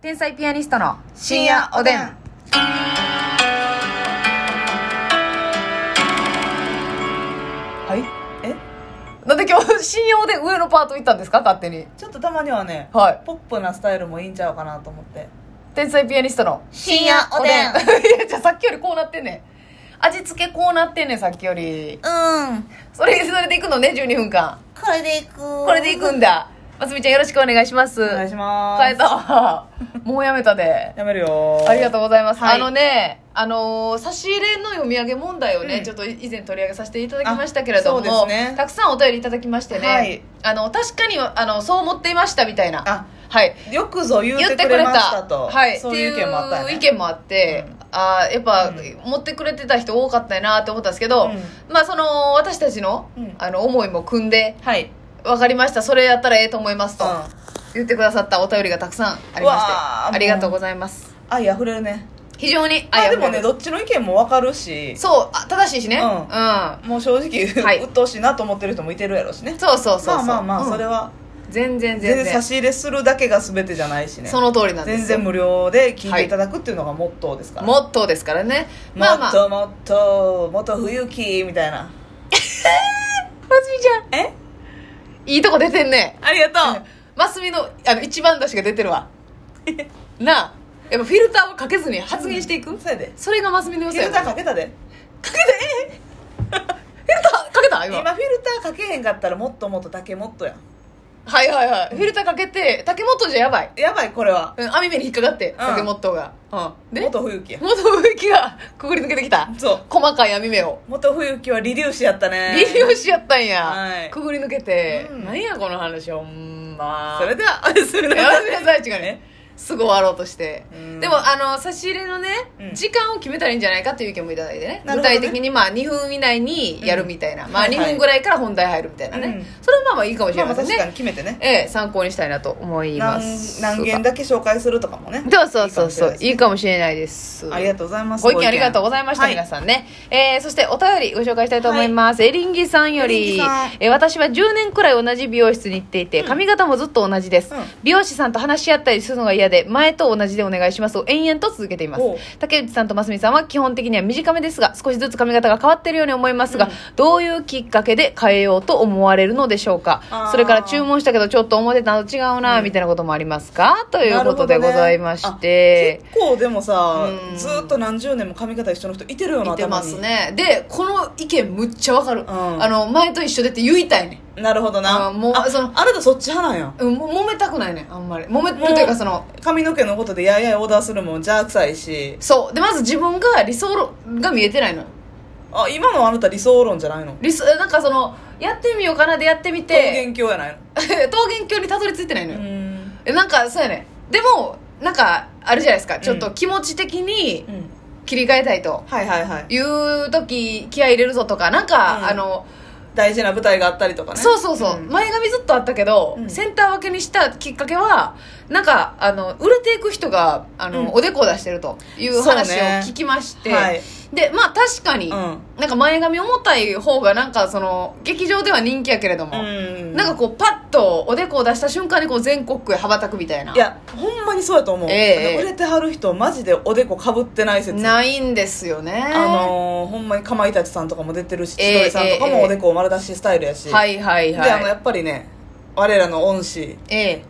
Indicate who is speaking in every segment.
Speaker 1: 天才ピアニストの
Speaker 2: 深夜おでん。
Speaker 1: はい
Speaker 2: え
Speaker 1: なんで今日深夜おでん上のパート行ったんですか勝手に
Speaker 2: ちょっとたまにはね、
Speaker 1: はい
Speaker 2: ポップなスタイルもいいんちゃうかなと思って。
Speaker 1: 天才ピアニストの
Speaker 2: 深夜おでん
Speaker 1: いやじゃあさっきよりこうなってんねん味付けこうなってんねんさっきより
Speaker 2: うん。
Speaker 1: それそれでいくのね12分間
Speaker 2: これでいく。こ
Speaker 1: これでいくんだますみちゃんよろしくお願いします
Speaker 2: お願いします。
Speaker 1: 変えた わもうやめたで
Speaker 2: やめるよ
Speaker 1: ありがとうございます。
Speaker 2: はい
Speaker 1: あのね、あのー差し入れの読み上げ問題をね、
Speaker 2: うん
Speaker 1: ちょっと以前取り上げさせていただきましたけれど
Speaker 2: あそ
Speaker 1: も、
Speaker 2: うですね
Speaker 1: たくさんお便りいただきましてね、
Speaker 2: はい
Speaker 1: あの確かにあのそう思っていましたみたいな、
Speaker 2: あ、
Speaker 1: はい、
Speaker 2: よくぞ言っ
Speaker 1: 言ってて
Speaker 2: く
Speaker 1: く
Speaker 2: れ
Speaker 1: れ
Speaker 2: ました
Speaker 1: た
Speaker 2: と。
Speaker 1: はい、
Speaker 2: そういう意見もあったよ、
Speaker 1: って
Speaker 2: ね。
Speaker 1: いう意見もあって、
Speaker 2: うん
Speaker 1: あーやっぱ、
Speaker 2: うん
Speaker 1: 持ってくれてた人多かったよなって思ったんですけど、まあその私たちの,、
Speaker 2: うん
Speaker 1: あの思いも組んで
Speaker 2: うん。はい。
Speaker 1: 分かりましたそれやったらええと思いますと、
Speaker 2: う
Speaker 1: 言ってくださったお便りがたくさんあり
Speaker 2: う
Speaker 1: ま
Speaker 2: わ
Speaker 1: して
Speaker 2: ーもう
Speaker 1: ありがとうございます
Speaker 2: ん。愛あふれるね。
Speaker 1: 非常に
Speaker 2: まあでも
Speaker 1: や
Speaker 2: ね、
Speaker 1: っぱ
Speaker 2: どっちの意見もわかるし
Speaker 1: り、そうあ正しいしね
Speaker 2: う
Speaker 1: うんん、
Speaker 2: もう正直、
Speaker 1: はい
Speaker 2: 鬱陶しいなと思ってる人もいてるやろしね。
Speaker 1: そうそうそうそう
Speaker 2: まあまあまあ、
Speaker 1: うん
Speaker 2: それは、
Speaker 1: 全然
Speaker 2: 全
Speaker 1: 全
Speaker 2: 然差
Speaker 1: 然
Speaker 2: し入れするだけが全てじゃないしね。
Speaker 1: その通りなんです
Speaker 2: 全
Speaker 1: よ
Speaker 2: 然無料で聞いていただくっていうのがモットーですから、
Speaker 1: モットーですからねまあまあ
Speaker 2: もっともっともっと冬木みたいな
Speaker 1: ますみちゃ
Speaker 2: え
Speaker 1: んいいとこ出てんね
Speaker 2: ありがとう
Speaker 1: ますみのあの一番出しが出てるわなあやっぱフィルターをかけずに発言していく、
Speaker 2: そやで
Speaker 1: それがますみの良
Speaker 2: フ
Speaker 1: さ
Speaker 2: ィ
Speaker 1: や
Speaker 2: ル
Speaker 1: もん
Speaker 2: ターかけたで
Speaker 1: フィルターかけた今
Speaker 2: 今フィルターかけへんかったらもっともっと竹もっとや
Speaker 1: はいはいはいフィルターかけて竹本じゃやばい、
Speaker 2: やばいこれは
Speaker 1: うん、網目に引っかかって、
Speaker 2: ん
Speaker 1: 竹本が、うん、で
Speaker 2: 元冬木や
Speaker 1: 元植木がくぐり抜けてきた
Speaker 2: そう
Speaker 1: 細かい網目を
Speaker 2: 元冬木はリデューシやったね
Speaker 1: リリーしやったんや、
Speaker 2: はい
Speaker 1: くぐり抜けて、
Speaker 2: うん
Speaker 1: なんやこの話ほんま
Speaker 2: それで はおやすみな
Speaker 1: や
Speaker 2: さ
Speaker 1: め
Speaker 2: い
Speaker 1: てください違うねすぐ終わろうとして、
Speaker 2: うん
Speaker 1: でもあの差し入れのね、
Speaker 2: うん
Speaker 1: 時間を決めたらいいんじゃないかっていう意見もいただいてね
Speaker 2: なる
Speaker 1: 具
Speaker 2: ほどね
Speaker 1: 体的にまあ2分以内にやるみたいな、
Speaker 2: うん
Speaker 1: まあ
Speaker 2: はいはい
Speaker 1: 2分ぐらいから本題入るみたいなね、
Speaker 2: うん
Speaker 1: それはまあまあいいかもし
Speaker 2: ま
Speaker 1: れ
Speaker 2: あま
Speaker 1: ませ
Speaker 2: あ
Speaker 1: ん
Speaker 2: 確
Speaker 1: ね、
Speaker 2: かに決めてね
Speaker 1: ええ参考にしたいなと思いま
Speaker 2: 何
Speaker 1: す
Speaker 2: 何件だけ紹介するとかもね
Speaker 1: そうそうそうそうい
Speaker 2: い
Speaker 1: いかもしれないです
Speaker 2: ありがとうございます
Speaker 1: ご意見ありがとうございました、
Speaker 2: は
Speaker 1: 皆さんね、えーそしてお便りご紹介したいと思います、エリンギさんよ
Speaker 2: エリンギ
Speaker 1: り
Speaker 2: さん
Speaker 1: えー私は10年くらい同じ美容室に行っていて髪型もずっと同じです、
Speaker 2: うん
Speaker 1: 美容師さんと話し合ったりするのが嫌で前と同じでお願いしますを延々と続けています
Speaker 2: おう
Speaker 1: 竹内さんと真澄さんは基本的には短めですが少しずつ髪型が変わっているように思いますが、
Speaker 2: うん
Speaker 1: どういうきっかけで変えようと思われるのでしょう
Speaker 2: あ
Speaker 1: か
Speaker 2: ー
Speaker 1: それから注文したけどちょっと思ってたのと違うな、
Speaker 2: うん
Speaker 1: みたいなこともありますかということでございまして、
Speaker 2: なるほどねあ結構でもさ
Speaker 1: うん
Speaker 2: ずっと何十年も髪型一緒の人いてるよな
Speaker 1: 見てますねでこの意見むっちゃわかる、
Speaker 2: ん
Speaker 1: あの前と一緒でって言いたいねん
Speaker 2: たまになるほどな
Speaker 1: あもう
Speaker 2: あ
Speaker 1: その
Speaker 2: あなたそっち派なんや
Speaker 1: うんも揉めたくないねんあんまり揉めるというかその
Speaker 2: 髪の毛のことでやいやいオーダーするもん邪悪さいし
Speaker 1: そうでまず自分が理想が見えてないのよ
Speaker 2: あ今のあなた理想論じゃないの
Speaker 1: 理想なんかそのやってみようかなでやってみ
Speaker 2: 桃
Speaker 1: て
Speaker 2: 源郷やないの
Speaker 1: 桃源郷にたどり着いてないの
Speaker 2: う
Speaker 1: よ、
Speaker 2: ん
Speaker 1: えなんかそうやねんでもなんかあるじゃないですかちょっ
Speaker 2: う
Speaker 1: と
Speaker 2: ん
Speaker 1: 気持ち的に
Speaker 2: うん
Speaker 1: 切り替えたいと
Speaker 2: はいはいはい
Speaker 1: いう時気合い入れるぞとかなんか、
Speaker 2: うん
Speaker 1: あの
Speaker 2: 大事な舞台があったりとかね
Speaker 1: そうそうそう、
Speaker 2: ん
Speaker 1: 前髪ずっとあったけど、
Speaker 2: うん
Speaker 1: センター分けにしたきっかけはなんかあの売れていく人があの、
Speaker 2: うん
Speaker 1: おでこを出してるという
Speaker 2: そうね
Speaker 1: 話を聞きまして、
Speaker 2: はい
Speaker 1: でまあ確かに、
Speaker 2: うん
Speaker 1: なんか前髪重たい方がなんかその劇場では人気やけれども、
Speaker 2: うん
Speaker 1: なんかこうパッとおでこを出した瞬間にこう全国区へ羽ばたくみたいない
Speaker 2: やほんまにそうやと思う、
Speaker 1: ええ
Speaker 2: あの売れてはる人マジでおでこかぶってない説
Speaker 1: ないんですよね
Speaker 2: あのーほんまにかまいたちさんとかも出てるし、
Speaker 1: ええ
Speaker 2: 千鳥さんとか
Speaker 1: ええ
Speaker 2: もおでこを丸出しスタイルやし、
Speaker 1: はいはい
Speaker 2: であのや
Speaker 1: はい
Speaker 2: っぱりね我らの恩師
Speaker 1: え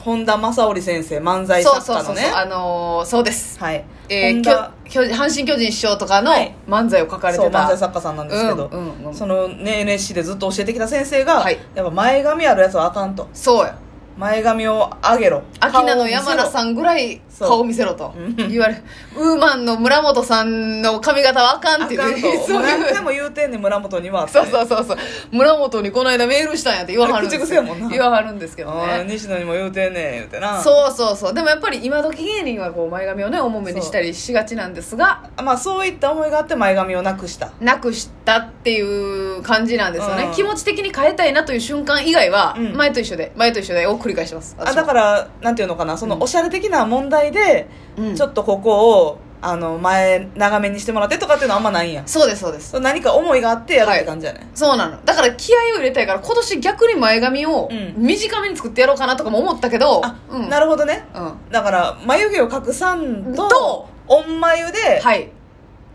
Speaker 2: 本田正織先生漫
Speaker 1: え
Speaker 2: 才
Speaker 1: そう
Speaker 2: 作
Speaker 1: そうそう
Speaker 2: 家のね
Speaker 1: そうあのーそうです
Speaker 2: はい、
Speaker 1: えー、
Speaker 2: 本
Speaker 1: きょ
Speaker 2: 田
Speaker 1: 巨人阪神・巨人師匠とかの
Speaker 2: はい
Speaker 1: 漫才を書かれ
Speaker 2: そう
Speaker 1: て
Speaker 2: 漫
Speaker 1: た、
Speaker 2: 才作家さんなんですけど、
Speaker 1: うんうんうん
Speaker 2: そのね NSC でずっと教えてきた先生が、
Speaker 1: はい
Speaker 2: やっぱ前髪あるやつはあかんと
Speaker 1: そうや
Speaker 2: 前髪を上げろ
Speaker 1: 秋名の山田
Speaker 2: ん
Speaker 1: さんぐらい
Speaker 2: そう
Speaker 1: 顔見せろと
Speaker 2: うん
Speaker 1: 言われるウーマンの村本さんの髪型はあかん
Speaker 2: あ
Speaker 1: っ
Speaker 2: か
Speaker 1: て
Speaker 2: ん
Speaker 1: いう
Speaker 2: と
Speaker 1: そうい
Speaker 2: 何回
Speaker 1: う
Speaker 2: も言うてんねん村本には
Speaker 1: そう
Speaker 2: う
Speaker 1: そうそうそう村本にこの間メールしたんやって言わはるんです
Speaker 2: あれ口癖やもんな
Speaker 1: 言わはるんですけど
Speaker 2: あー
Speaker 1: ね
Speaker 2: 西野にも言うてんねん言うてな
Speaker 1: そうそうそうでもやっぱり今時芸人はこう前髪をね重めにしたりしがちなんですが
Speaker 2: まあそういった思いがあって前髪をなくした
Speaker 1: なくしたっていう感じなんですよね、
Speaker 2: うん
Speaker 1: 気持ち的に変えたいなという瞬間以外は
Speaker 2: うん
Speaker 1: 前と一緒で、前と一緒でを繰り返してます
Speaker 2: あだからなんていうのかなそのおしゃれ的な問題で、
Speaker 1: ら
Speaker 2: ちょっとここをあの前長めにしてもらってとかっていうのはあんまないんや
Speaker 1: そうですそうです
Speaker 2: そう何か思いがあってやるって感じやね、
Speaker 1: そうなのだから気合を入れたいから今年逆に前髪を
Speaker 2: うん
Speaker 1: 短めに作ってやろうかなとかも思ったけど、
Speaker 2: あ、
Speaker 1: うん、
Speaker 2: なるほどね
Speaker 1: うんは
Speaker 2: だから眉毛を隠さん
Speaker 1: と
Speaker 2: とおん眉で、
Speaker 1: い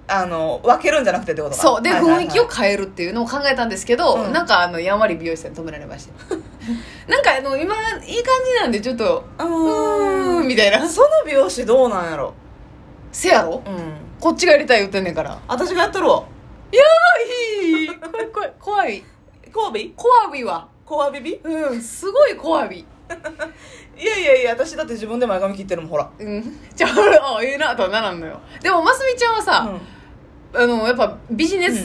Speaker 2: あの分けるんじゃなくてってことか
Speaker 1: そうで、
Speaker 2: はいはいはい
Speaker 1: 雰囲気を変えるっていうのを考えたんですけど、
Speaker 2: うん
Speaker 1: なんかあのやんわり美容師さんに止められました なんかあの今いい感じなんでちょっとうー
Speaker 2: うん
Speaker 1: みたいな
Speaker 2: その美容師どうなんやろ
Speaker 1: せやろ
Speaker 2: うん
Speaker 1: こっちがやりたい言ってんねんから
Speaker 2: 私がやっとるわ
Speaker 1: やばい怖い怖い怖い
Speaker 2: コアビ
Speaker 1: 怖いわ
Speaker 2: コアビビ
Speaker 1: うんすごい怖い
Speaker 2: いやいやいや私だって自分で前髪切ってるもんほら
Speaker 1: うん じゃああええなとはならんのよでもますみちゃんはさ、
Speaker 2: うん
Speaker 1: あのやっぱビジネス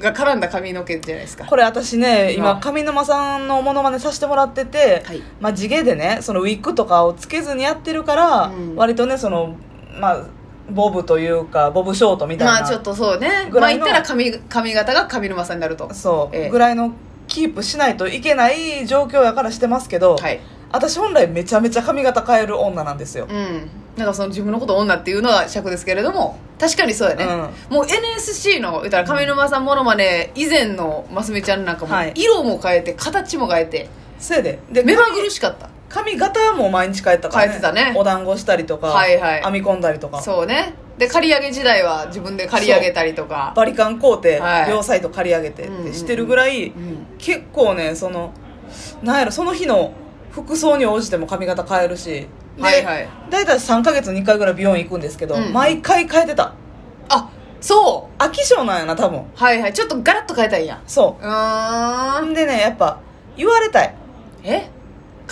Speaker 1: が絡んだ髪の毛じゃないですか、
Speaker 2: これ私ね
Speaker 1: うん
Speaker 2: 今上沼さんのモノマネさせてもらってて、
Speaker 1: はい
Speaker 2: まあ、地毛でねそのウィッグとかをつけずにやってるから、
Speaker 1: うん
Speaker 2: 割とねそのまあボブというかボブショートみたいな、
Speaker 1: まあちょっとそうね
Speaker 2: ぐ
Speaker 1: まあ
Speaker 2: らい
Speaker 1: 言っ
Speaker 2: の
Speaker 1: たら髪髪型が上沼さんになると
Speaker 2: そう、
Speaker 1: ええ
Speaker 2: ぐらいのキープしないといけない状況やからしてますけど、
Speaker 1: はい
Speaker 2: 私本来めちゃめちゃ髪型変える女なんですよ、
Speaker 1: うんなんかその自分のことを女っていうのは尺ですけれども確かにそうだね、もう NSC の言ったら上沼さんモノマネ以前のますみちゃんなんかも
Speaker 2: はい
Speaker 1: 色も変えて形も変えて
Speaker 2: せいでで
Speaker 1: 目まぐるしかった
Speaker 2: 髪型も毎日変えたから、
Speaker 1: 変えてたね
Speaker 2: お団子したりとか、
Speaker 1: はいはい
Speaker 2: 編み込んだりとか
Speaker 1: そうねで刈り上げ時代は自分で刈り上げたりとか
Speaker 2: バリカン買うて、
Speaker 1: はい
Speaker 2: 両サイド刈り上げてっ
Speaker 1: うんうんうん
Speaker 2: てしてるぐらい、
Speaker 1: うん
Speaker 2: 結構ねそのなんやろその日の服装に応じても髪型変えるしで
Speaker 1: はいはい
Speaker 2: 大体3ヶ月に1回ぐらい美容院行くんですけど、
Speaker 1: うん
Speaker 2: 毎回変えてた
Speaker 1: あそ
Speaker 2: 飽き性なんやな多分
Speaker 1: うはいはいちょっとガラッと変えたいやん
Speaker 2: そう
Speaker 1: ー
Speaker 2: うんんでねやっぱ言われたい
Speaker 1: え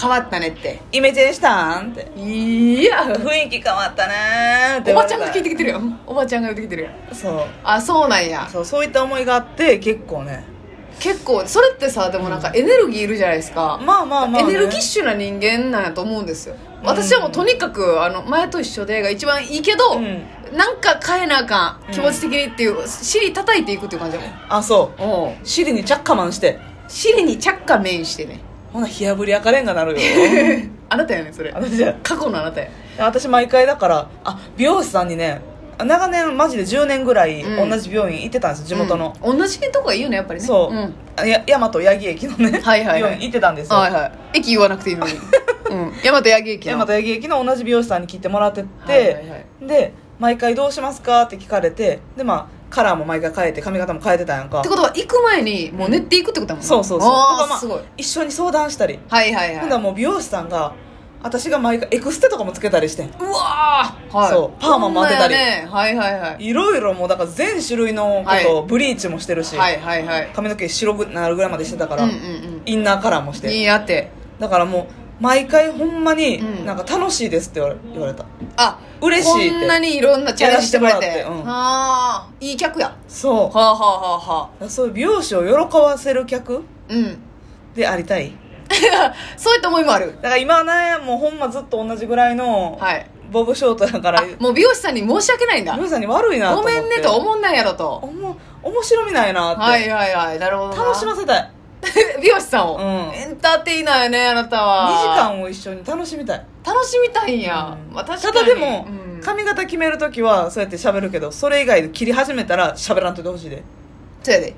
Speaker 1: 変わったねって
Speaker 2: イメチェンしたんって
Speaker 1: いや
Speaker 2: 雰囲気変わったねーって
Speaker 1: お
Speaker 2: 言わ
Speaker 1: ば
Speaker 2: れ
Speaker 1: ち
Speaker 2: た
Speaker 1: ゃんが聞いてきてるよおばちゃんが言ってきてるよ
Speaker 2: そう
Speaker 1: あそうなんや
Speaker 2: そうそういった思いがあって結構ね
Speaker 1: 結構それってさでもなんかエネルギーいるじゃないですか、
Speaker 2: まあまあまあ、ね、
Speaker 1: エネルギッシュな人間なんやと思うんですよ私はもうとにかくあの前と一緒でが一番いいけど、
Speaker 2: うん
Speaker 1: なんか変えなあか
Speaker 2: うんん
Speaker 1: 気持ち的にっていう尻叩いていくっていう感じだもん
Speaker 2: あそう
Speaker 1: おう
Speaker 2: 尻にチャッカマンして
Speaker 1: 尻に着火メインして ね
Speaker 2: ほな火あぶり赤レン ガなるよ
Speaker 1: あなたやねそれ
Speaker 2: 私じゃ
Speaker 1: 過去のあなたや
Speaker 2: 私毎回だからあ美容師さんにね長年マジで10年ぐらい
Speaker 1: うん
Speaker 2: 同じ病院行ってたんですよ地元の、、
Speaker 1: うん同じとこがいいよねやっぱりね
Speaker 2: そう、
Speaker 1: ん
Speaker 2: あや大和八木駅の ね、
Speaker 1: はいはいはい
Speaker 2: 病院行ってたんですよ、
Speaker 1: はいはい駅言わなくていい のに、うん、大和八木駅
Speaker 2: 大
Speaker 1: の
Speaker 2: 和八木駅の同じ美容師さんに聞いてもらってて、
Speaker 1: はいはいはい
Speaker 2: で毎回どうしますかって聞かれてでまあカラーも毎回変えて髪型も変えてたやんか
Speaker 1: ってことは行く前にもう寝ていくってことだもんね
Speaker 2: そうそうそう
Speaker 1: あ
Speaker 2: とか
Speaker 1: あ
Speaker 2: まあ
Speaker 1: すごい
Speaker 2: 一緒に相談したり
Speaker 1: はいはいは
Speaker 2: 今
Speaker 1: い
Speaker 2: 度はもう美容師さんが私が毎回エクステとかもつけたりしてん
Speaker 1: うわー、はい、
Speaker 2: そうパーマも当てたり
Speaker 1: ほんまやね、はいはいはい
Speaker 2: いろいろもうだから全種類のことをブリーチもしてるし、
Speaker 1: はいはいはい
Speaker 2: 髪の毛白くなるぐらいまでしてたから、
Speaker 1: うんうん
Speaker 2: インナーカラーも
Speaker 1: う
Speaker 2: し
Speaker 1: ん
Speaker 2: て
Speaker 1: いいやって
Speaker 2: だからもう毎回ほんま
Speaker 1: うん
Speaker 2: になんか楽しいですって言われ言われた
Speaker 1: あ
Speaker 2: 嬉しいって
Speaker 1: こんなにいろんなチャレンジしてもらって
Speaker 2: やらせてもらってうん
Speaker 1: ああいい客やは
Speaker 2: そう
Speaker 1: あはあはあはあ
Speaker 2: だからそういう美容師を喜ばせる客
Speaker 1: うん
Speaker 2: でありたい
Speaker 1: そういった思いもある
Speaker 2: だから今はねもうほんまずっと同じぐらいの
Speaker 1: はい
Speaker 2: ボブショートだから、
Speaker 1: あもう美容師さんに申し訳ないんだ
Speaker 2: 美容師さんに悪いなと
Speaker 1: ご
Speaker 2: 思って
Speaker 1: めんねと思んないやろ
Speaker 2: お
Speaker 1: と
Speaker 2: も面白みないなって、
Speaker 1: はいはいはいなるほどな
Speaker 2: 楽しませたい
Speaker 1: 美容師さんを、
Speaker 2: うん
Speaker 1: エンターテイナーやねあなた
Speaker 2: 2
Speaker 1: は
Speaker 2: 時間を一緒に楽しみたい
Speaker 1: 楽しみたいんや、
Speaker 2: うん
Speaker 1: まあ、確か
Speaker 2: た
Speaker 1: に
Speaker 2: だでも、
Speaker 1: うん
Speaker 2: 髪型決める時はそうやって喋るけどそれ以外で切り始めたら喋らんといてほしいで
Speaker 1: そうやで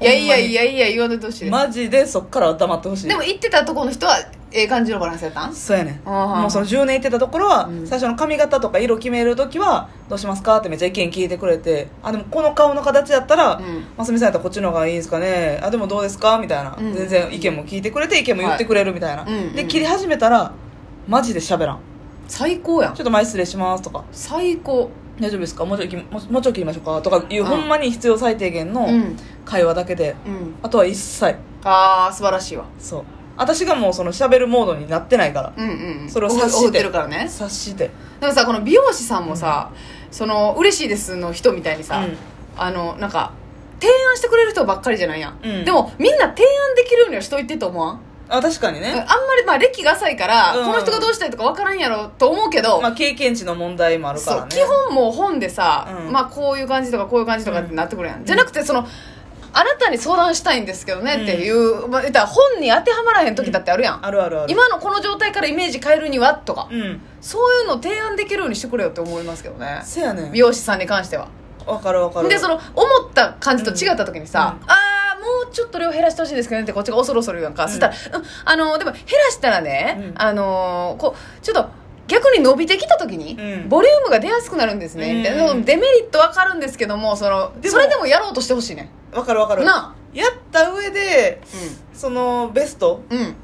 Speaker 1: いやいやいやいや言わんといてほしいです
Speaker 2: マジでそっからは黙ってほしい
Speaker 1: でも行ってたとこの人はええ感じのバランスやったん
Speaker 2: そうやねん
Speaker 1: あーはー
Speaker 2: もうその10年行ってたところは、
Speaker 1: うん
Speaker 2: 最初の髪型とか色決める時は「どうしますか?」ってめっちゃ意見聞いてくれて「あでもこの顔の形やったら、
Speaker 1: うん
Speaker 2: ますみさんやったらこっちの方がいいですかねあでもどうですか?」みたいな、
Speaker 1: うん
Speaker 2: 全然意見も聞いてくれて意見も言ってくれるみたいな、
Speaker 1: はいうんう
Speaker 2: で
Speaker 1: ん
Speaker 2: 切り始めたらマジで喋らん
Speaker 1: 最高や
Speaker 2: 「
Speaker 1: ん
Speaker 2: ちょっと前失礼します」とか
Speaker 1: 最高
Speaker 2: 「大丈夫ですかもうちょい切りもうもうちょい切りましょうか」とかいう、
Speaker 1: うん
Speaker 2: ほんまに必要最低限
Speaker 1: う
Speaker 2: の
Speaker 1: ん
Speaker 2: 会話だけで、
Speaker 1: うん
Speaker 2: あとは一切
Speaker 1: ああ素晴らしいわ
Speaker 2: そう私がもうその喋るモードになってないから、
Speaker 1: うんうんうん
Speaker 2: それを
Speaker 1: 追
Speaker 2: 察して
Speaker 1: 追ってるからね
Speaker 2: 察して
Speaker 1: でもさこの美容師さんもさ「その嬉しいです」の人みたいにさ、
Speaker 2: うん
Speaker 1: あのなんか提案してくれる人ばっかりじゃないやん、
Speaker 2: うん
Speaker 1: でもみんな提案できるようにはしといてと思わん
Speaker 2: あ確かにね、
Speaker 1: あんまりまあ歴が浅いから、
Speaker 2: うん
Speaker 1: この人がどうしたいとか分からんやろと思うけど、
Speaker 2: まあ、経験値の問題もあるか
Speaker 1: そ
Speaker 2: ら
Speaker 1: う
Speaker 2: ね
Speaker 1: 基本もう本でさ、
Speaker 2: うん
Speaker 1: まあこういう感じとかこういう感じとかってなってくるやん、じゃなくてそのあなたに相談したいんですけどねっていう、まあ、言ったら本に当てはまらへん時だってあるやん、
Speaker 2: あるあるある
Speaker 1: 今のこの状態からイメージ変えるにはとか、
Speaker 2: うん
Speaker 1: そういうの提案できるようにしてくれよって思いますけどね
Speaker 2: せやねん
Speaker 1: 美容師さんに関しては
Speaker 2: わかるわかる
Speaker 1: でその思った感じと違った時にさ、
Speaker 2: う
Speaker 1: ああもうちょっと量減らしてほしいんですけどねってこっちが恐ろ恐ろ言うやんか、そしたら、うん、あのでも減らしたらね、
Speaker 2: うん
Speaker 1: あのこうちょっと逆に伸びてきた時に、
Speaker 2: うん
Speaker 1: ボリュームが出やすくなるんですね、
Speaker 2: うん
Speaker 1: みたいなそのデメリットわかるんですけどもその
Speaker 2: でも
Speaker 1: それでもやろうとしてほしいね
Speaker 2: わかるわかる
Speaker 1: な
Speaker 2: やった上でそのベスト
Speaker 1: うんうん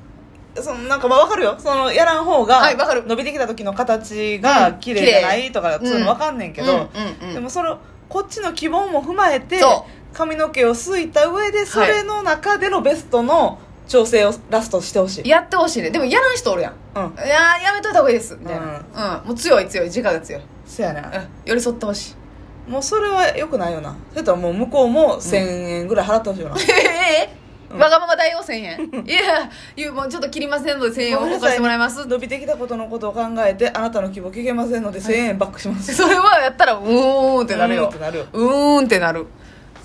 Speaker 2: そのなんかまあわかるよそのやらん方が
Speaker 1: はいわかる
Speaker 2: 伸びてきた時の形が綺麗じゃないとか
Speaker 1: うん
Speaker 2: そういうのわかんねんけど、
Speaker 1: うんうんうん
Speaker 2: でもそのこっちの希望も踏まえて
Speaker 1: そ
Speaker 2: 髪の毛をすいた上でそれの中でのベストの調整をラストしてほしい、
Speaker 1: やってほしいねでもやらん人おるやん
Speaker 2: うん
Speaker 1: いやーやめといた方がいいですみたいな、うんもう強い強い直が強い、
Speaker 2: そや
Speaker 1: う、
Speaker 2: なん
Speaker 1: 寄り添ってほしい
Speaker 2: もうそれはよくないよなそれとはもう向こうも1000円ぐらい払ってほしいよな、
Speaker 1: えええ
Speaker 2: うん
Speaker 1: わがまま大王1000円いやいうもうちょっと切りませんので1000円を動かしてもらいます
Speaker 2: 伸びてきたことのことを考えてあなたの希望聞けませんので1000円バックします、
Speaker 1: それは やったらうーんってなる
Speaker 2: うーん
Speaker 1: よ
Speaker 2: ってなるよ
Speaker 1: うーんってなる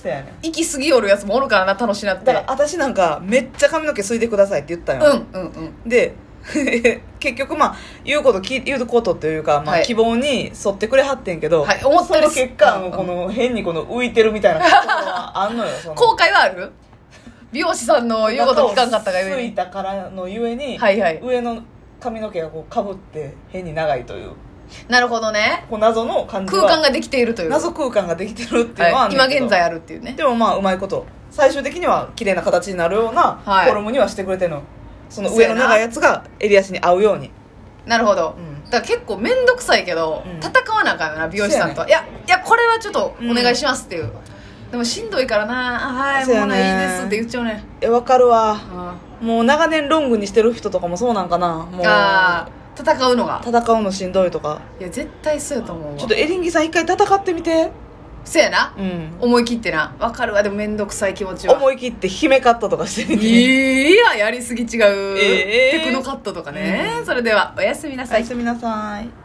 Speaker 2: そやねん
Speaker 1: 行き過ぎよるやつもおるからな楽しなって
Speaker 2: だから私なんかめっちゃ髪の毛すいてくださいって言ったんよ、
Speaker 1: うんうんうん
Speaker 2: で 結局まあ言うこと聞い言うことというか、まあ
Speaker 1: はい
Speaker 2: 希望に沿ってくれはってんけど、
Speaker 1: はい思ったより
Speaker 2: その結果、
Speaker 1: うん
Speaker 2: もうこの変にこの浮いてるみたいなところはあんのよその
Speaker 1: 後悔はある美容師さんの言うこと聞かんかったがゆえ
Speaker 2: 中をつい
Speaker 1: に
Speaker 2: たからのゆえに、
Speaker 1: はいはい
Speaker 2: 上の髪の毛がこうかぶって変に長いという
Speaker 1: なるほどね
Speaker 2: こう謎の感じ
Speaker 1: 空
Speaker 2: は
Speaker 1: 間ができているという
Speaker 2: 謎空間ができてるっていうのはあ
Speaker 1: は
Speaker 2: ん
Speaker 1: い、
Speaker 2: ねん
Speaker 1: 今
Speaker 2: けど
Speaker 1: 現在あるっていうね
Speaker 2: でもまあうまいこと最終的には綺麗な形になるようなフ
Speaker 1: はい
Speaker 2: ォルムにはしてくれてるの、その
Speaker 1: そう
Speaker 2: 上
Speaker 1: やな
Speaker 2: の長いやつが襟足に合うように
Speaker 1: なるほど、
Speaker 2: うん
Speaker 1: だから結構面倒くさいけど、
Speaker 2: うん
Speaker 1: 戦わなあかんよな美容師さんとは、いやいやこれはちょっとお願いしますっていう、でもしんどいからなあはい
Speaker 2: そう
Speaker 1: も
Speaker 2: や
Speaker 1: う
Speaker 2: ね
Speaker 1: ないいですって言っちゃうね
Speaker 2: えわかるわ
Speaker 1: あ
Speaker 2: もう長年ロングにしてる人とかもそうなんかなもう
Speaker 1: あー戦うのが
Speaker 2: 戦うのしんどいとか
Speaker 1: いや絶対そうやと思うわ
Speaker 2: ちょっとエリンギさん一回戦ってみて
Speaker 1: そうやな、
Speaker 2: うん
Speaker 1: 思い切ってなわかるわでも面倒くさい気持ちは
Speaker 2: 思い切って姫カットとかしてみて
Speaker 1: いややりすぎ違う、
Speaker 2: えー
Speaker 1: テクノカットとかね、それではおやすみな
Speaker 2: お
Speaker 1: さい
Speaker 2: やすみなさい